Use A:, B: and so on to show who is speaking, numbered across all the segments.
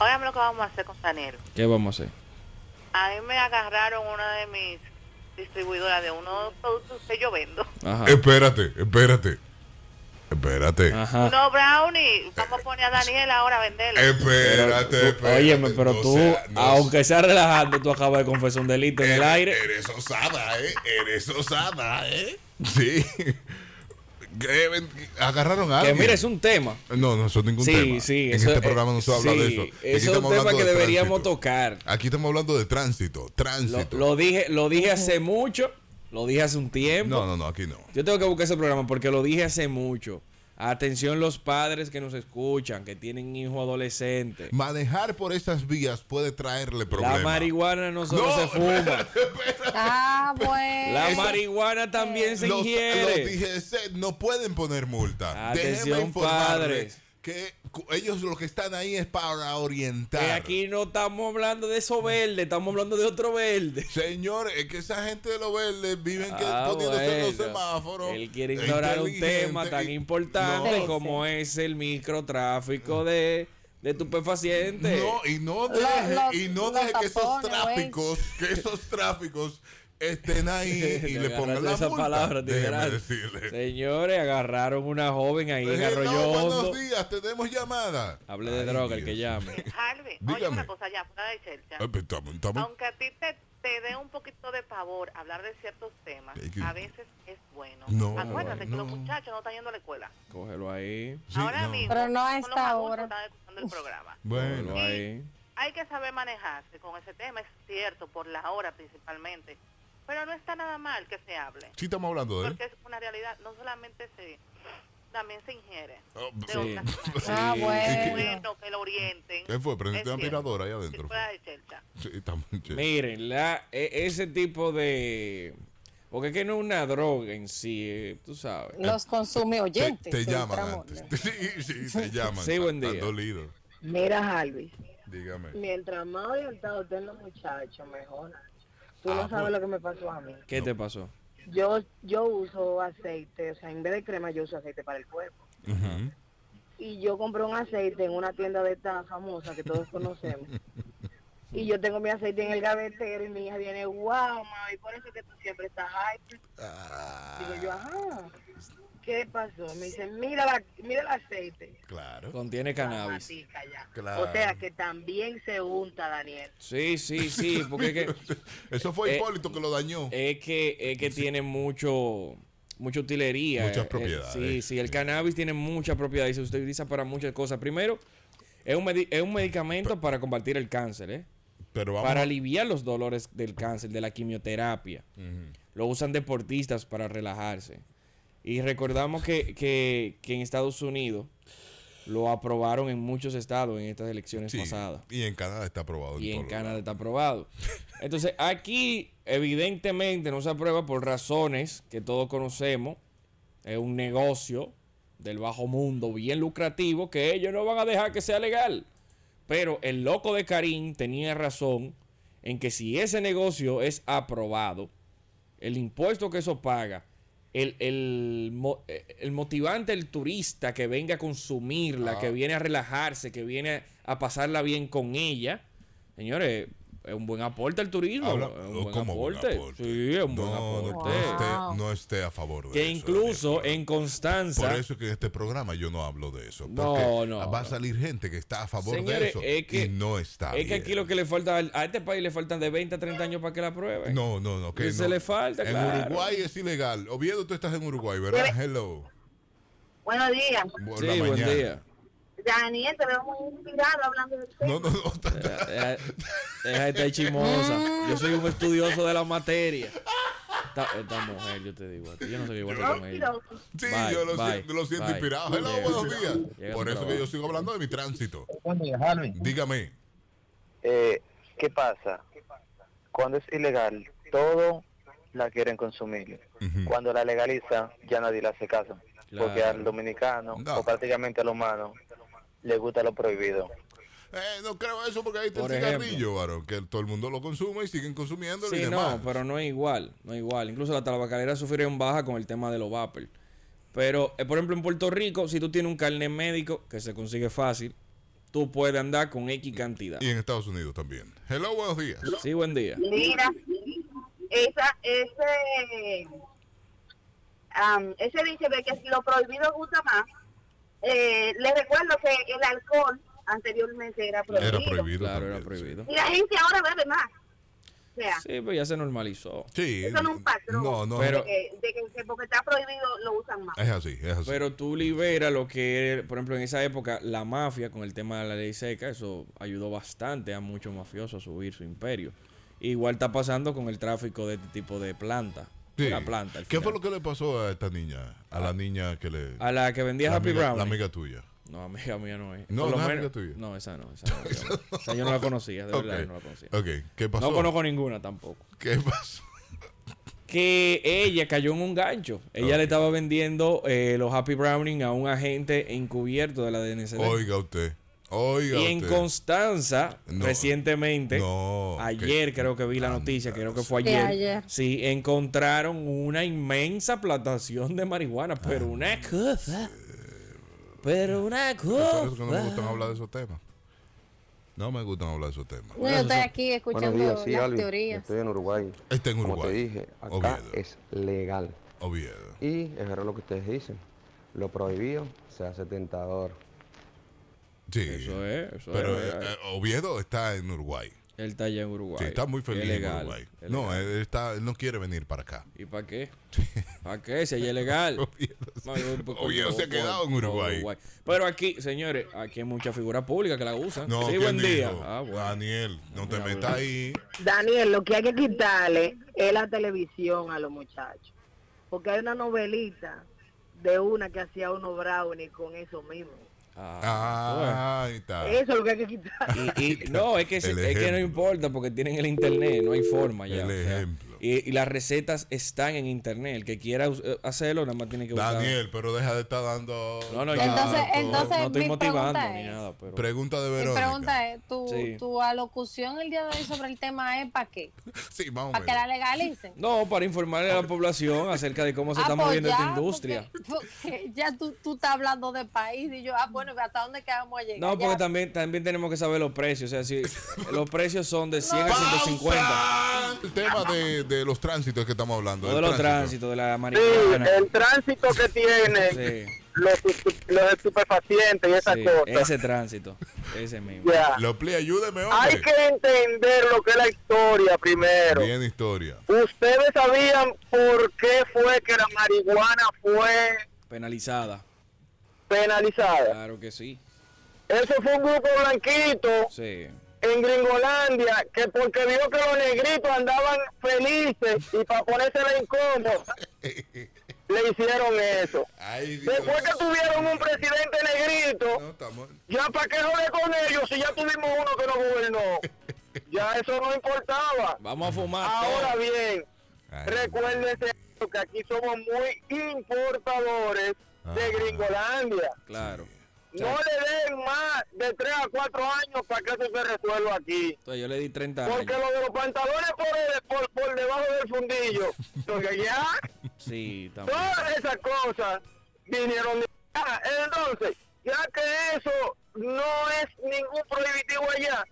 A: Óigame lo que vamos a hacer con Sanero.
B: ¿Qué vamos a hacer?
A: A mí me agarraron una de mis distribuidoras de uno de los productos que yo vendo.
B: Ajá.
C: Eh, Espérate, espérate. Espérate.
B: Ajá.
A: No, Brownie, vamos a poner a Daniel ahora a venderlo.
C: Eh, Espérate,
B: Pero tú-
C: espérate.
B: óyeme, pero
C: No
B: tú,
C: sea- no Eh,
B: aunque sea relajando, tú acabas de confesar un delito en el aire.
C: Eres osada, ¿eh? Eres osada, ¿eh? Sí. Que ven- Agarraron a
B: Que
C: alguien.
B: mira, es un tema.
C: No, no, eso es ningún
B: sí,
C: tema.
B: sí.
C: En
B: eso
C: este
B: es-
C: programa no se habla
B: sí,
C: de eso. Aquí
B: Eso es un
C: estamos
B: tema
C: hablando
B: que
C: de
B: deberíamos
C: tránsito.
B: tocar.
C: Aquí estamos hablando de tránsito,
B: Lo,
C: tránsito.
B: lo dije, lo dije hace mucho, lo dije hace un tiempo.
C: No, no, no, aquí no.
B: Yo tengo que buscar ese programa porque lo dije hace mucho. Atención los padres que nos escuchan, que tienen hijos adolescentes.
C: Manejar por estas vías puede traerle
B: La
C: problemas.
B: marihuana no solo
C: No,
B: se fuma,
D: Ah, bueno.
B: la marihuana también se
C: los,
B: ingiere.
C: los DGC no pueden poner multa. Déjenme
B: Atención,
C: informarles
B: padres.
C: que cu- ellos lo que están ahí es para orientar.
B: Que Eh, aquí no estamos hablando de eso verde, estamos hablando de otro verde.
C: Ah, Señores, es que esa gente de los verdes viven que
B: Ah,
C: poniéndose en los
B: bueno.
C: semáforos.
B: Él quiere ignorar un tema
C: inteligente
B: tan
C: y-
B: importante
D: No.
B: como es el microtráfico de, de
C: No,
B: estupefacientes.
C: no, y no
D: Lo-
C: deje,
D: lo-
C: y no
D: los
C: deje que esos
D: tapones, güey.
C: tráficos, que esos tráficos estén ahí y
B: Te
C: le pongan
B: agarraste
C: la
B: esa
C: multa.
B: palabra, te
C: Déjeme
B: agarraste.
C: decirle.
B: Señores, agarraron una joven ahí en
C: Hello,
B: Arroyo Hondo.
C: buenos días, tenemos llamada.
B: Hable de
C: Ay,
B: droga, el
C: Dios.
B: que llame.
A: Harvey, oye
C: Dígame. Eh,
A: una cosa ya, fuera de Chelsea.
C: Ay, pero Ah, pues, estamos- estamos-
A: Aunque a ti te, te dé un poquito de pavor hablar de ciertos temas,
C: Es Eh, que-
A: a veces es bueno.
C: No,
A: Acuérdate que
C: no.
A: los muchachos no están yendo a la escuela.
B: Cógelo ahí.
C: Sí,
A: Ahora
C: no.
A: mismo,
D: Pero no a
A: son los
D: esta
A: adultos
D: hora.
A: que Están escuchando el programa.
B: Cógelo
C: Bueno,
B: ahí.
A: Hay que saber manejarse con ese tema, es cierto, por la hora principalmente. Pero no está nada mal que se hable,
C: sí estamos hablando ¿eh? de él.
A: porque es una realidad. No solamente se, también se ingiere.
C: Oh,
A: De
B: Sí.
A: otras maneras.
B: Sí.
D: Ah,
A: Es
D: bueno.
A: bueno que lo orienten.
C: ¿Qué fue?
A: Es
C: Prendiste una
A: cierto.
C: aspiradora ahí adentro.
A: Fuera de Chelsea.
C: Sí, estamos- sí.
B: Miren, la, e- ese tipo de... Porque es que no es una droga en sí, eh, tú sabes.
D: Los consume
C: Te,
D: oyentes.
C: te
D: de
C: llaman
D: Ultramontes.
C: antes. Sí, sí, te llaman.
B: Sí, buen
C: Tan-
B: día.
C: tan dolido.
E: Mira, Harvey,
C: Dígame.
E: mientras más orientado estén los muchachos, mejor. Tú
C: Ah,
E: no
C: bueno.
E: sabes lo que me pasó a mí.
B: ¿Qué te pasó?
E: Yo, yo uso aceite, o sea, en vez de crema yo uso aceite para el cuerpo.
C: Ujú.
E: Y yo compré un aceite en una tienda de esta famosa que todos conocemos. Y yo tengo mi aceite en el gavetero y mi hija viene, wow, mami, por eso que tú siempre estás hype. Digo
C: Ah,
E: yo, ajá, ¿qué pasó? Me dice, mira, la, mira el aceite.
C: Claro.
B: Contiene cannabis.
E: Matica ya.
C: Claro.
E: O sea, que también se unta, Daniel.
B: Sí, sí, sí, porque es que...
C: Eso fue
B: Eh,
C: Hipólito que lo dañó.
B: Es que, es que tiene mucho, mucha utilería.
C: Muchas
B: Eh,
C: propiedades.
B: sí, sí, el
C: Sí.
B: cannabis tiene muchas propiedades y se utiliza para muchas cosas. Primero, es un, medi- es un medicamento para combatir el cáncer, ¿eh?
C: Pero vamos.
B: para aliviar los dolores del cáncer, de la quimioterapia.
C: Ujú.
B: Lo usan deportistas para relajarse. Y recordamos que, que- que en Estados Unidos lo aprobaron en muchos estados en estas elecciones
C: Sí,
B: pasadas.
C: Y en Canadá está aprobado.
B: Y en
C: todo
B: Canadá está aprobado. Entonces, aquí evidentemente no se aprueba por razones que todos conocemos. Es un negocio del bajo mundo bien lucrativo que ellos no van a dejar que sea legal. Pero el loco de Karim tenía razón en que si ese negocio es aprobado, el impuesto que eso paga, el, el mo- eh, el motivante, el turista que venga a consumirla,
C: Ah.
B: que viene a relajarse, que viene a pasarla bien con ella, señores, es un buen aporte al turismo.
C: Habla-
B: es un buen
C: ¿cómo buen
B: aporte.
C: aporte?
B: Sí, es un buen
C: No, no,
B: aporte.
C: no esté,
D: Wow.
C: no esté a favor de
B: que
C: eso,
B: incluso
C: Daniel.
B: en Constanza...
C: Por eso que en este programa yo no hablo de eso.
B: No,
C: porque
B: no,
C: Va a
B: no.
C: salir gente que está a favor de
B: Señores,
C: eso.
B: es que,
C: y no está.
B: es que
C: bien.
B: aquí lo que le falta al- a este país le faltan de 20 a 30 años para que la prueben.
C: No, no, no. Que
B: Que se
C: no.
B: le falta,
C: En
B: claro.
C: Uruguay es ilegal. Oviedo, tú estás en Uruguay, ¿verdad? Hello.
E: Buenos días.
B: Sí,
C: Hola,
B: buen
C: mañana.
B: día.
E: Daniel, te veo muy inspirado hablando de usted.
C: No, no, no. está- está-
B: Deja, deja de estar chismosa. Yo soy un estudioso de la materia. Esta, esta mujer, yo te digo, a ti, yo no sé qué voy a hacer con ella.
C: Sí,
B: Bye,
C: yo lo,
B: bye,
C: siento, lo siento
B: bye.
C: inspirado. Hello,
B: Llega,
C: buenos días.
B: llega
C: Por
B: al
C: eso que
B: trabajo.
C: yo sigo hablando de mi tránsito.
F: Oye, Harvey,
C: Dígame.
F: eh, ¿qué pasa? Cuando es ilegal, todo la quieren consumir.
C: Ujú.
F: Cuando la legaliza, ya nadie le hace caso. Porque
B: Claro.
F: al dominicano,
C: No.
F: o prácticamente al humano, le gusta lo prohibido.
C: Eh, no creo eso porque ahí está
B: Por
C: el
B: ejemplo.
C: cigarrillo, varón, que todo el mundo lo consume y siguen consumiendo y
B: Sí,
C: demás.
B: no, pero no es igual, no es igual. Incluso la tabacalera sufrieron baja con el tema de los vapor. Pero, eh, por ejemplo, en Puerto Rico, si tú tienes un carnet médico, que se consigue fácil, tú puedes andar con X cantidad.
C: Y en Estados Unidos también. Hello, buenos días.
B: Sí, buen día.
A: Mira, esa, ese, am, ese dice de que si lo prohibido gusta más, eh, les recuerdo que el alcohol anteriormente era prohibido.
C: Era prohibido.
B: Claro,
C: también,
B: era prohibido.
A: Y la gente ahora bebe más. O sea,
B: Sí, pues ya se normalizó.
C: Sí.
A: eso no es un patrón.
C: No, no.
B: Pero-
A: de que, de que porque está prohibido lo usan más.
C: es así, es así.
B: Pero tú liberas lo que, por ejemplo, en esa época, la mafia con el tema de la ley seca, eso ayudó bastante a muchos mafiosos a subir su imperio. Igual está pasando con el tráfico de este tipo de planta.
C: Sí.
B: La planta. al
C: ¿Qué
B: final.
C: fue lo que le pasó a esta niña? A la niña que le...
B: A la que vendía
C: la
B: Happy
C: amiga,
B: Brown.
C: La amiga tuya.
B: No, amiga mía no es.
C: No,
B: Por lo
C: no es
B: menos-
C: amiga tuya.
B: No, esa no. Esa, no, esa no. Esa yo no la conocía, de verdad,
C: Ok.
B: yo no la conocía.
C: Ok, ¿qué pasó?
B: No conozco ninguna tampoco.
C: ¿Qué pasó?
B: que ella cayó en un gancho. Ella
C: Ok.
B: le estaba vendiendo eh, los Happy Browning a un agente encubierto de la DNCD.
C: Oiga usted. Oiga
B: y en
C: usted.
B: Constanza,
C: No,
B: recientemente,
C: no,
B: ayer
C: que-
B: creo que vi la
C: anda,
B: noticia, creo que fue
D: sí.
B: ayer,
D: Sí, ayer.
B: sí, encontraron una inmensa plantación de marihuana, pero
C: Ah.
B: una cosa, pero una
C: Por eso que no me
B: cosa.
C: gustan hablar de esos temas. No me gustan hablar de esos temas.
D: No, yo estoy aquí escuchando
G: Buenos días, sí,
D: las
G: Alvin.
D: teorías.
B: Este,
G: Estoy en Uruguay.
C: Está en
G: Como te
C: Uruguay.
G: dije, acá
C: Oviedo.
G: es legal.
C: Oviedo.
G: Y es verdad lo que ustedes dicen. Lo prohibido se hace tentador.
C: Sí.
B: Eso es, eso
C: Pero
B: es.
C: eh, eh, Oviedo está en Uruguay.
B: Él está allá en Uruguay.
C: Sí, está muy feliz
B: Es
C: en
B: legal,
C: Uruguay.
B: es
C: No, eh.
B: legal.
C: él, está, él no quiere venir para acá.
B: ¿Y para qué? ¿Para qué? Si allá es legal.
C: Oviedo,
B: No, yo voy por-
C: Oviedo se ha
B: por-
C: quedado en
B: por
C: Uruguay.
B: Pero aquí, señores, aquí hay muchas figuras públicas que la usan.
C: No,
B: sí,
C: ¿quién
B: buen día.
C: dijo?
B: Ah, bueno.
C: Daniel, no te
B: Mira,
C: metas
B: bueno.
C: ahí.
A: Daniel, lo que hay que quitarle es la televisión a los muchachos. Porque hay una novelita de una que hacía uno brownie con eso mismo.
B: Ah,
C: Ah, ahí está.
A: Eso es lo que hay que quitar.
B: bueno. Y, y- no, es que, se-
C: El
B: es que no
C: ejemplo.
B: importa porque tienen el internet, no hay forma ya.
C: El
B: o sea,
C: ejemplo.
B: y, y las recetas están en internet. El que quiera us- eh, hacerlo, nada más tiene que buscar.
C: Daniel, pero deja de estar dando.
B: No, no, yo
D: Entonces,
C: datos.
D: entonces
B: no estoy
D: mi
B: motivando
D: pregunta
B: ni
D: es-
B: nada. Pero,
C: Pregunta de
D: Mi
C: Verónica.
D: pregunta es, ¿tu,
B: Sí.
D: tu alocución el día de hoy sobre el tema es para qué?
C: Sí, más o
D: ¿Para que la
C: menos.
D: legalicen?
B: no, para informarle a la población acerca de cómo se está
D: Ah, pues
B: moviendo esta
D: ya,
B: industria.
D: Porque, porque ya tú, tú estás hablando de país y yo, ah, bueno, ¿hasta dónde quedamos a llegar?
B: No,
D: Ya.
B: porque también, también tenemos que saber los precios. O sea, si los precios son de 100 a 150.
C: ¡Pausa! El tema de, de los tránsitos que estamos hablando.
B: Todo de
C: del
B: los tránsitos,
C: tránsito.
B: de la
E: Sí,
B: marihuana.
E: el tránsito que tiene
B: Sí,
E: los, estu- los estupefacientes y esas
B: sí,
E: cosas.
B: ese tránsito. Ese mismo.
E: Ya.
C: Lo pli, ayúdeme,
E: Hay
C: hombre.
E: que entender lo que es la historia primero.
C: Bien historia.
E: ¿Ustedes sabían por qué fue que la marihuana fue
B: Penalizada.
E: penalizada?
B: Claro que sí.
E: Eso fue un grupo blanquito
B: Sí.
E: en Gringolandia que porque vio que los negritos andaban felices y para ponérsela incómoda le hicieron eso.
C: Ay, Dios.
E: Después que tuvieron un presidente negrito,
C: No, estamos.
E: ya para qué joder con ellos si ya tuvimos uno que no gobernó. Ya eso no importaba.
B: Vamos a fumar.
E: Ahora
B: todo.
E: bien,
C: Ay,
E: recuérdense que aquí somos muy importadores
C: Ah.
E: de Gringolandia.
B: Claro.
E: No le den más de 3 a 4 años para que eso se resuelva aquí.
B: Entonces yo le di 30
E: Porque
B: años.
E: lo de los pantalones por, el- por, por debajo del fundillo, porque ya
B: Sí, también.
E: todas esas cosas vinieron de allá. Entonces, ya que eso no es ningún prohibitivo allá,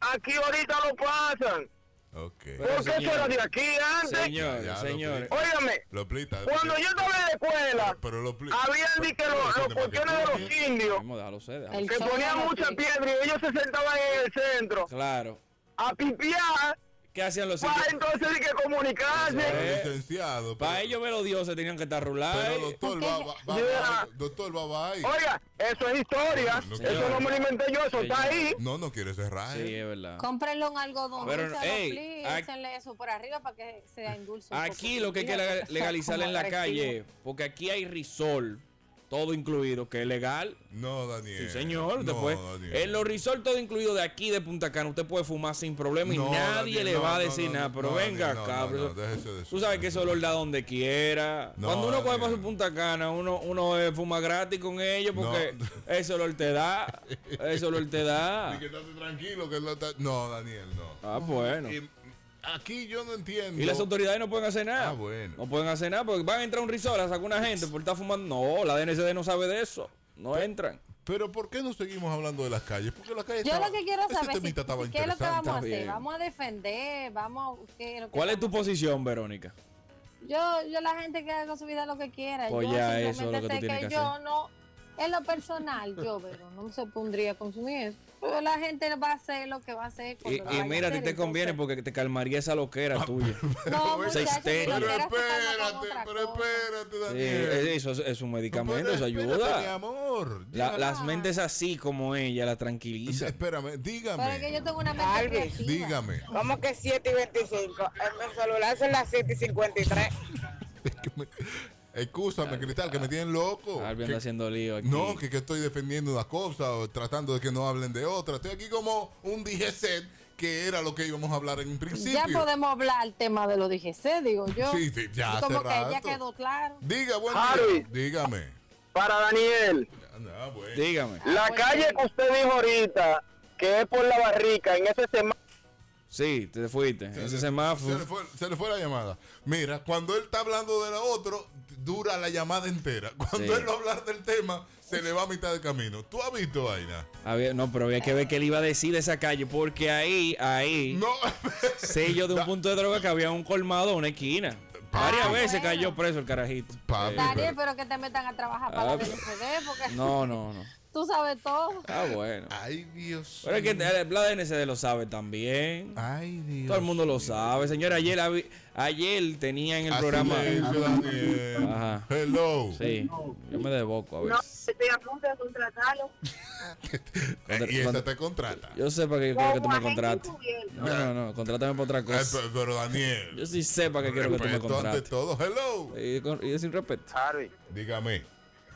E: aquí ahorita lo pasan.
C: Ok.
B: Pero-
E: Porque eso
B: señor,
E: era de aquí antes.
C: Ya,
B: Señores,
C: ya lo
B: señores.
C: pedí.
E: Óigame,
C: Lo pli, está-
E: cuando yo estaba en la escuela,
C: Pero lo pli.
E: habían dicho que los, los cuestiones de los indios,
B: Vamos, déjalo ser. déjalo
D: El
B: ser.
E: que
D: sol
E: ponían
D: no lo
E: mucha
D: tiene.
E: piedra y ellos se sentaban en el centro
B: Claro.
E: a pipiar
B: ¿Qué hacían los
E: para
B: indios?
E: entonces de que comunicarse.
B: Eh,
C: Pero licenciado.
B: Para
C: pero-
B: ellos ver los dioses tenían que estar rulados.
C: Pero doctor, va, va, va-
E: Yeah.
C: doctor, va, va ahí.
E: Oiga, eso es historia,
C: No, no,
E: eso no me lo inventé yo, eso está ahí.
C: No, no quiere cerrar.
B: Sí,
C: eh.
B: es verdad.
D: Cómprenle un algodón,
B: Pero,
D: dulce a los
B: ey,
D: plis,
B: aquí-
D: échenle eso por arriba para que se endulce un
B: Aquí
D: poco.
B: lo que hay que
D: Fíjate
B: lega-
D: son
B: legalizar
D: como
B: en la
D: agresivo.
B: calle, porque aquí hay risol, todo incluido, que es legal.
C: No, Daniel.
B: Sí, señor. Usted
C: No,
B: puede-
C: Daniel.
B: en los resorts, todo incluido de aquí de Punta Cana, usted puede fumar sin problema y
C: No,
B: nadie
C: Daniel,
B: le
C: no,
B: va a
C: no,
B: decir
C: no,
B: nada.
C: no,
B: Pero
C: no,
B: venga,
C: Daniel, no,
B: cabrón.
C: no, no, déjese de eso,
B: Tú sabes que
C: déjese
B: eso
C: de
B: lo
C: eso.
B: da donde quiera.
C: No,
B: Cuando uno coge para su
C: Daniel.
B: Punta Cana, uno, uno eh, fuma gratis con ellos porque
C: No.
B: eso lo te da. Eso lo te
C: Y
B: da.
C: que estate tranquilo. Que no, está- no, Daniel, no.
B: Ah, bueno.
C: Y aquí yo no entiendo.
B: Y las autoridades no pueden hacer nada.
C: Ah, bueno.
B: No pueden hacer nada porque van a entrar a un risol a sacar una gente por estar fumando. No, la DNCD no sabe de eso. No entran.
C: Pero ¿por qué no seguimos hablando de las calles? Porque las calles
D: Yo
C: estaba-
D: lo que quiero
C: ese
D: saber es
C: temita estaba
D: qué es lo que vamos a
C: interesante.
B: Está
D: hacer.
B: bien.
D: Vamos a defender, vamos a... ¿qué es lo que
B: ¿Cuál es tu
D: vamos
B: posición, Verónica?
D: a- Yo, yo la gente que haga con su vida lo que quiera.
B: Pues
D: yo
B: ya, eso es lo
D: simplemente
B: que tú
D: sé
B: tienes que
D: yo
B: hacer.
D: no, en lo personal, yo pero no se pondría a consumir eso. Pero la gente va a hacer lo que va a hacer.
B: Y,
D: cuando lo
B: y
D: vaya
B: Eh, mira, a ti
D: hacer,
B: te conviene
D: entonces-
B: porque te calmaría esa loquera tuya.
D: No,
B: esa
D: muchachos, si
B: histeria.
D: lo
C: Pero
D: quieras sacar, no hagan
C: espérate,
D: otra
C: pero
D: cosa.
C: espérate,
B: Sí,
C: Daniel.
B: eh, eso es, es un
C: No, pero
B: medicamento, eso
C: espérate, Mi
B: ayuda.
C: amor.
B: La-
C: Dígame.
B: las mentes así como ella la
C: Sí,
B: tranquiliza.
C: Espérame,
D: Pero es que
C: dígame.
D: yo tengo una mente
E: Alvin,
D: creativa.
C: Dígame.
E: ¿Cómo que 7 y 25? En mi celular son las 7 y 53.
C: Es que me- Excúsame, Cristal, que me tienen loco.
B: Albi
C: Que-
B: anda Ah, haciendo lío aquí.
C: No, que, que estoy defendiendo una cosa o tratando de que no hablen de otra. Estoy aquí como un set que era lo que íbamos a hablar en un principio.
D: Ya podemos hablar el tema de los DGC, digo yo.
C: Sí, sí, ya hace
D: Como que ya
C: rato.
D: quedó claro.
C: Diga, buen
F: Harvey.
C: día. Dígame.
F: Para Daniel,
C: Ah, bueno.
B: Dígame.
F: la
D: pues
F: calle
D: sí.
F: que usted dijo ahorita, que es por la barrica, en ese semana.
B: Sí, te fuiste. Ese semáforo.
C: Se le, fue, se le fue la llamada. Mira, cuando él está hablando de la otro, dura la llamada entera. Cuando
B: Sí.
C: él va a hablar del tema, se le va a mitad de camino. ¿Tú has visto, vaina?
B: Había- no, pero había que ver qué le iba a decir de esa calle, porque ahí, ahí,
C: No.
B: sé yo de un punto de droga que había un colmado, una esquina.
C: Pa-
B: Varias
D: Ah,
B: veces
D: bueno.
B: cayó preso el carajito.
C: Papi,
D: Daniel,
C: pero-
D: pero que te metan a trabajar
B: Ah,
D: para la
B: pero-
D: DGC, porque
B: No, no, no.
D: tú sabes todo.
B: Ah, bueno.
C: Ay, Dios.
B: Pero es que
C: mío.
B: el Vlad NCD lo sabe también.
C: Ay, Dios.
B: Todo el mundo lo sabe. Señora, ayer, habi- ayer tenía en el
C: Haz
B: programa.
C: silencio, Daniel.
B: Ajá.
C: Hello.
B: Sí, yo me deboco a veces.
E: estoy a punto de contratarlo.
C: Eh, y
B: Cuando-
C: esta te contrata.
B: Yo sé para qué yo quiero que tú me
E: Como agente
B: contrates.
E: encubierto.
B: No, no, no, contrátame por otra
C: Ay,
B: cosa.
C: pero, pero, Daniel.
B: Yo sí sé para qué quiero que tú me
C: respeto ante
B: contrates.
C: todo. Hello.
B: Y, con- y sin respeto.
H: Harvey,
C: Dígame.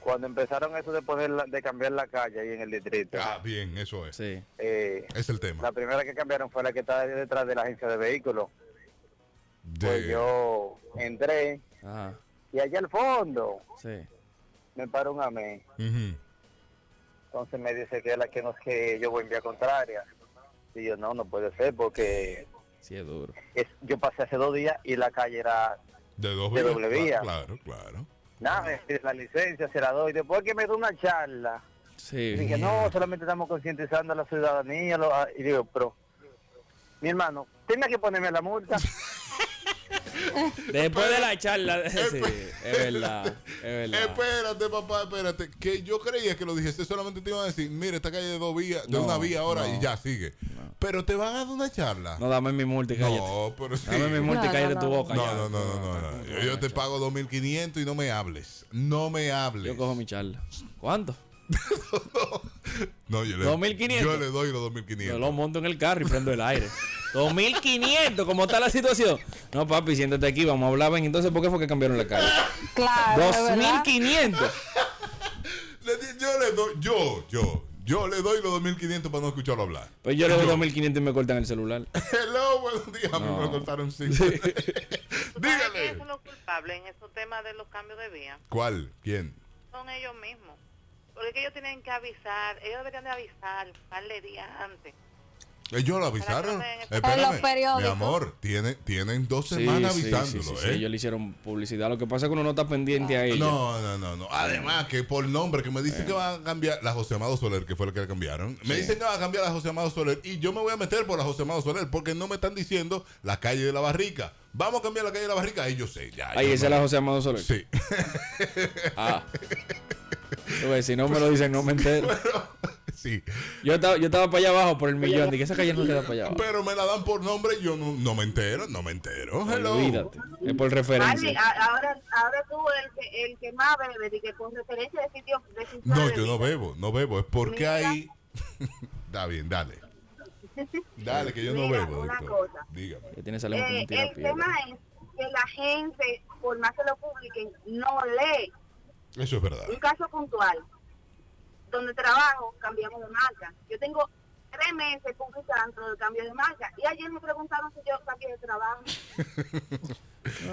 H: cuando empezaron eso de poner la- de cambiar la calle ahí en el distrito,
C: Ah, bien, eso es.
B: Sí.
H: eh,
C: Es el tema.
H: la primera que cambiaron fue la que está detrás de la agencia de vehículos. Pues
C: De-
H: yo entré
B: Ajá.
H: y allá al fondo
B: Sí.
H: me paró un amén.
C: Ujú.
H: Entonces me dice que la que no es que yo voy en vía contraria. Y yo no, no puede ser porque
B: Sí, es duro.
H: es- yo pasé hace dos días y la calle era
C: De dos
H: De
C: vías,
H: doble
C: cla-
H: vía.
C: Claro, claro.
H: nada, es la licencia se la doy. Después que me dio una charla,
B: Sí.
H: dije no, solamente estamos concientizando a la ciudadanía. lo- a- y digo, pero mi hermano, tenía que ponerme la multa.
B: Después de la charla. Sí, es verdad. Es verdad.
C: Espérate, papá, espérate. Que yo creía que lo dijiste, solamente te iban a decir, mira, esta calle de dos vías, de
B: No,
C: una vía ahora
B: no.
C: y ya sigue. Pero te van a dar una charla.
B: No, dame mi multa y cállate.
C: No, pero sí.
B: Dame mi multa y
D: No,
B: cállate
D: no,
B: tu
D: no.
B: boca. ya.
C: No, no, no, no, no, no. Yo, yo te pago 2.500 y no me hables. No me hables.
B: Yo cojo mi charla. ¿Cuánto?
C: No, yo le,
B: 2.500.
C: Yo le doy los
B: Yo
C: 2.500.
B: lo monto en el carro y prendo el aire. 2500, ¿cómo está la situación? No, papi, siéntate aquí, vamos a hablar. Ven, entonces, ¿por qué fue que cambiaron la calle?
D: Claro, es Ah, ¿verdad?
B: 2500.
C: Le di- yo le doy, yo, yo, yo le doy los 2.500 para no escucharlo hablar.
B: Pues yo le doy 2500 y me cortan el celular.
C: Hello, buenos días. A mí
B: No.
C: me cortaron cinco.
A: ¿Tú sabes quiénes
C: Dígale.
A: son los culpables en estos temas de los cambios de vía?
C: ¿Cuál? ¿Quién?
A: Son ellos mismos. Porque es que ellos tienen que avisar, ellos deberían de avisar un par de días antes.
C: Ellos lo avisaron. Eh,
A: Para que no
D: En los
C: Espérame. Mi
D: periódicos.
C: amor, tiene, tienen dos semanas avisándolo,
B: sí, sí,
C: ¿eh?
B: Ellos le hicieron publicidad. Lo que pasa es que uno no está pendiente
D: Ah.
B: a ellos.
C: No, no, no, no. Además, que por nombre que me
B: Eh.
C: dicen que van a cambiar la José Amado Soler, que fue la que la cambiaron. Me dicen que van a cambiar la José Amado Soler y yo me voy a meter por la José Amado Soler porque no me están diciendo la calle de la Barrica. Vamos a cambiar la calle de la Barrica. Ahí yo sé, ya.
B: Ahí
C: yo
B: esa es
C: no-
B: la José Amado Soler.
C: Sí.
B: Ah. Yo voy a decir, si no me lo dicen, no me entero.
C: sí.
B: Yo estaba, yo estaba para allá abajo por el millón. Dije, esa calle no queda para allá abajo.
C: Pero me la dan por nombre y yo no, no me entero, no me entero. Hello.
B: Olvídate. Es por referencia.
E: Alvin, a- ahora, ahora tú el que, el que más bebe, di que con referencia de sitio de sitio
C: No,
E: de
C: yo no
E: bebida.
C: bebo, no bebo. Es porque
E: Mira.
C: ahí. Está bien, dale. Dale, que yo no
E: Mira,
C: bebo.
E: una
C: doctor.
E: cosa.
C: Dígame.
B: Que tiene esa lengua como
E: Eh,
B: un
E: el
B: tirapiedra.
E: tema es que la gente, por más que lo publiquen, no lee.
C: Eso es verdad.
E: Un caso puntual, donde trabajo, cambiamos de marca. Yo tengo tres meses publicando el cambio de marca y ayer me preguntaron si yo cambié de trabajo.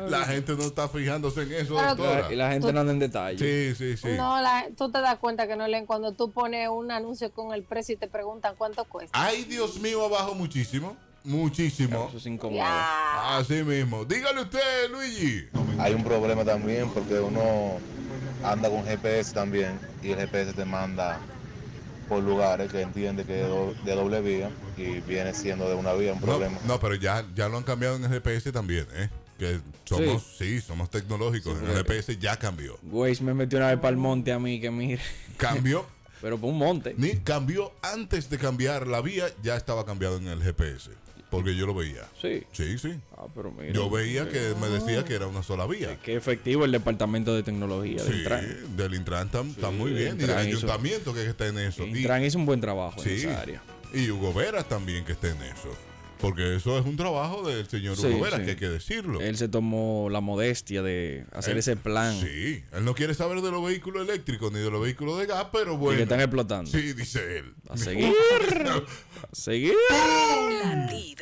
C: La gente no está fijándose en eso,
D: Claro que-
C: doctora.
B: Y la gente no anda en detalle.
C: Sí, sí, sí.
D: No, la- tú te das cuenta que no leen cuando tú pones un anuncio con el precio y te preguntan cuánto cuesta.
C: Ay, Dios mío, abajo muchísimo.
B: Claro,
C: Muchísimo.
B: Eso es incómodo.
D: Ya.
C: Así mismo. Dígale usted, Luigi.
I: Hay un problema también porque uno anda con GPS también y el GPS te manda por lugares que entiende que es do- de doble vía y viene siendo de una vía un
C: No,
I: problema.
C: no, pero ya, ya lo han cambiado en el GPS también, ¿eh? Que somos, sí, somos tecnológicos.
B: Sí,
C: el
B: porque-
C: GPS ya cambió.
B: Waze me metió una vez para el monte a mí, que mire.
C: Cambió.
B: Pero por un monte.
C: Ni cambió antes de cambiar la vía, ya estaba cambiado en el GPS. Porque yo lo veía.
B: Sí.
C: Sí, sí.
B: Ah, pero mira.
C: Yo veía que me decía que era una sola vía.
B: Qué efectivo el departamento de tecnología
C: Sí,
B: del Intran.
C: del Intran está, está
B: Sí,
C: muy bien. Y del
B: Intran hizo-
C: ayuntamiento que está en eso. Y-
B: Intran hizo un buen trabajo en
C: sí.
B: esa área.
C: Y Hugo Vera también que está en eso. Porque eso es un trabajo del señor
B: Sí,
C: Hugo Vera,
B: sí.
C: que hay que decirlo.
B: Él se tomó la modestia de hacer
C: Él-
B: ese plan
C: Sí, él no quiere saber de los vehículos eléctricos ni de los vehículos de gas,
B: y
C: pero
B: que
C: bueno.
B: están explotando.
C: Sí, dice él.
B: A seguir. a seguir.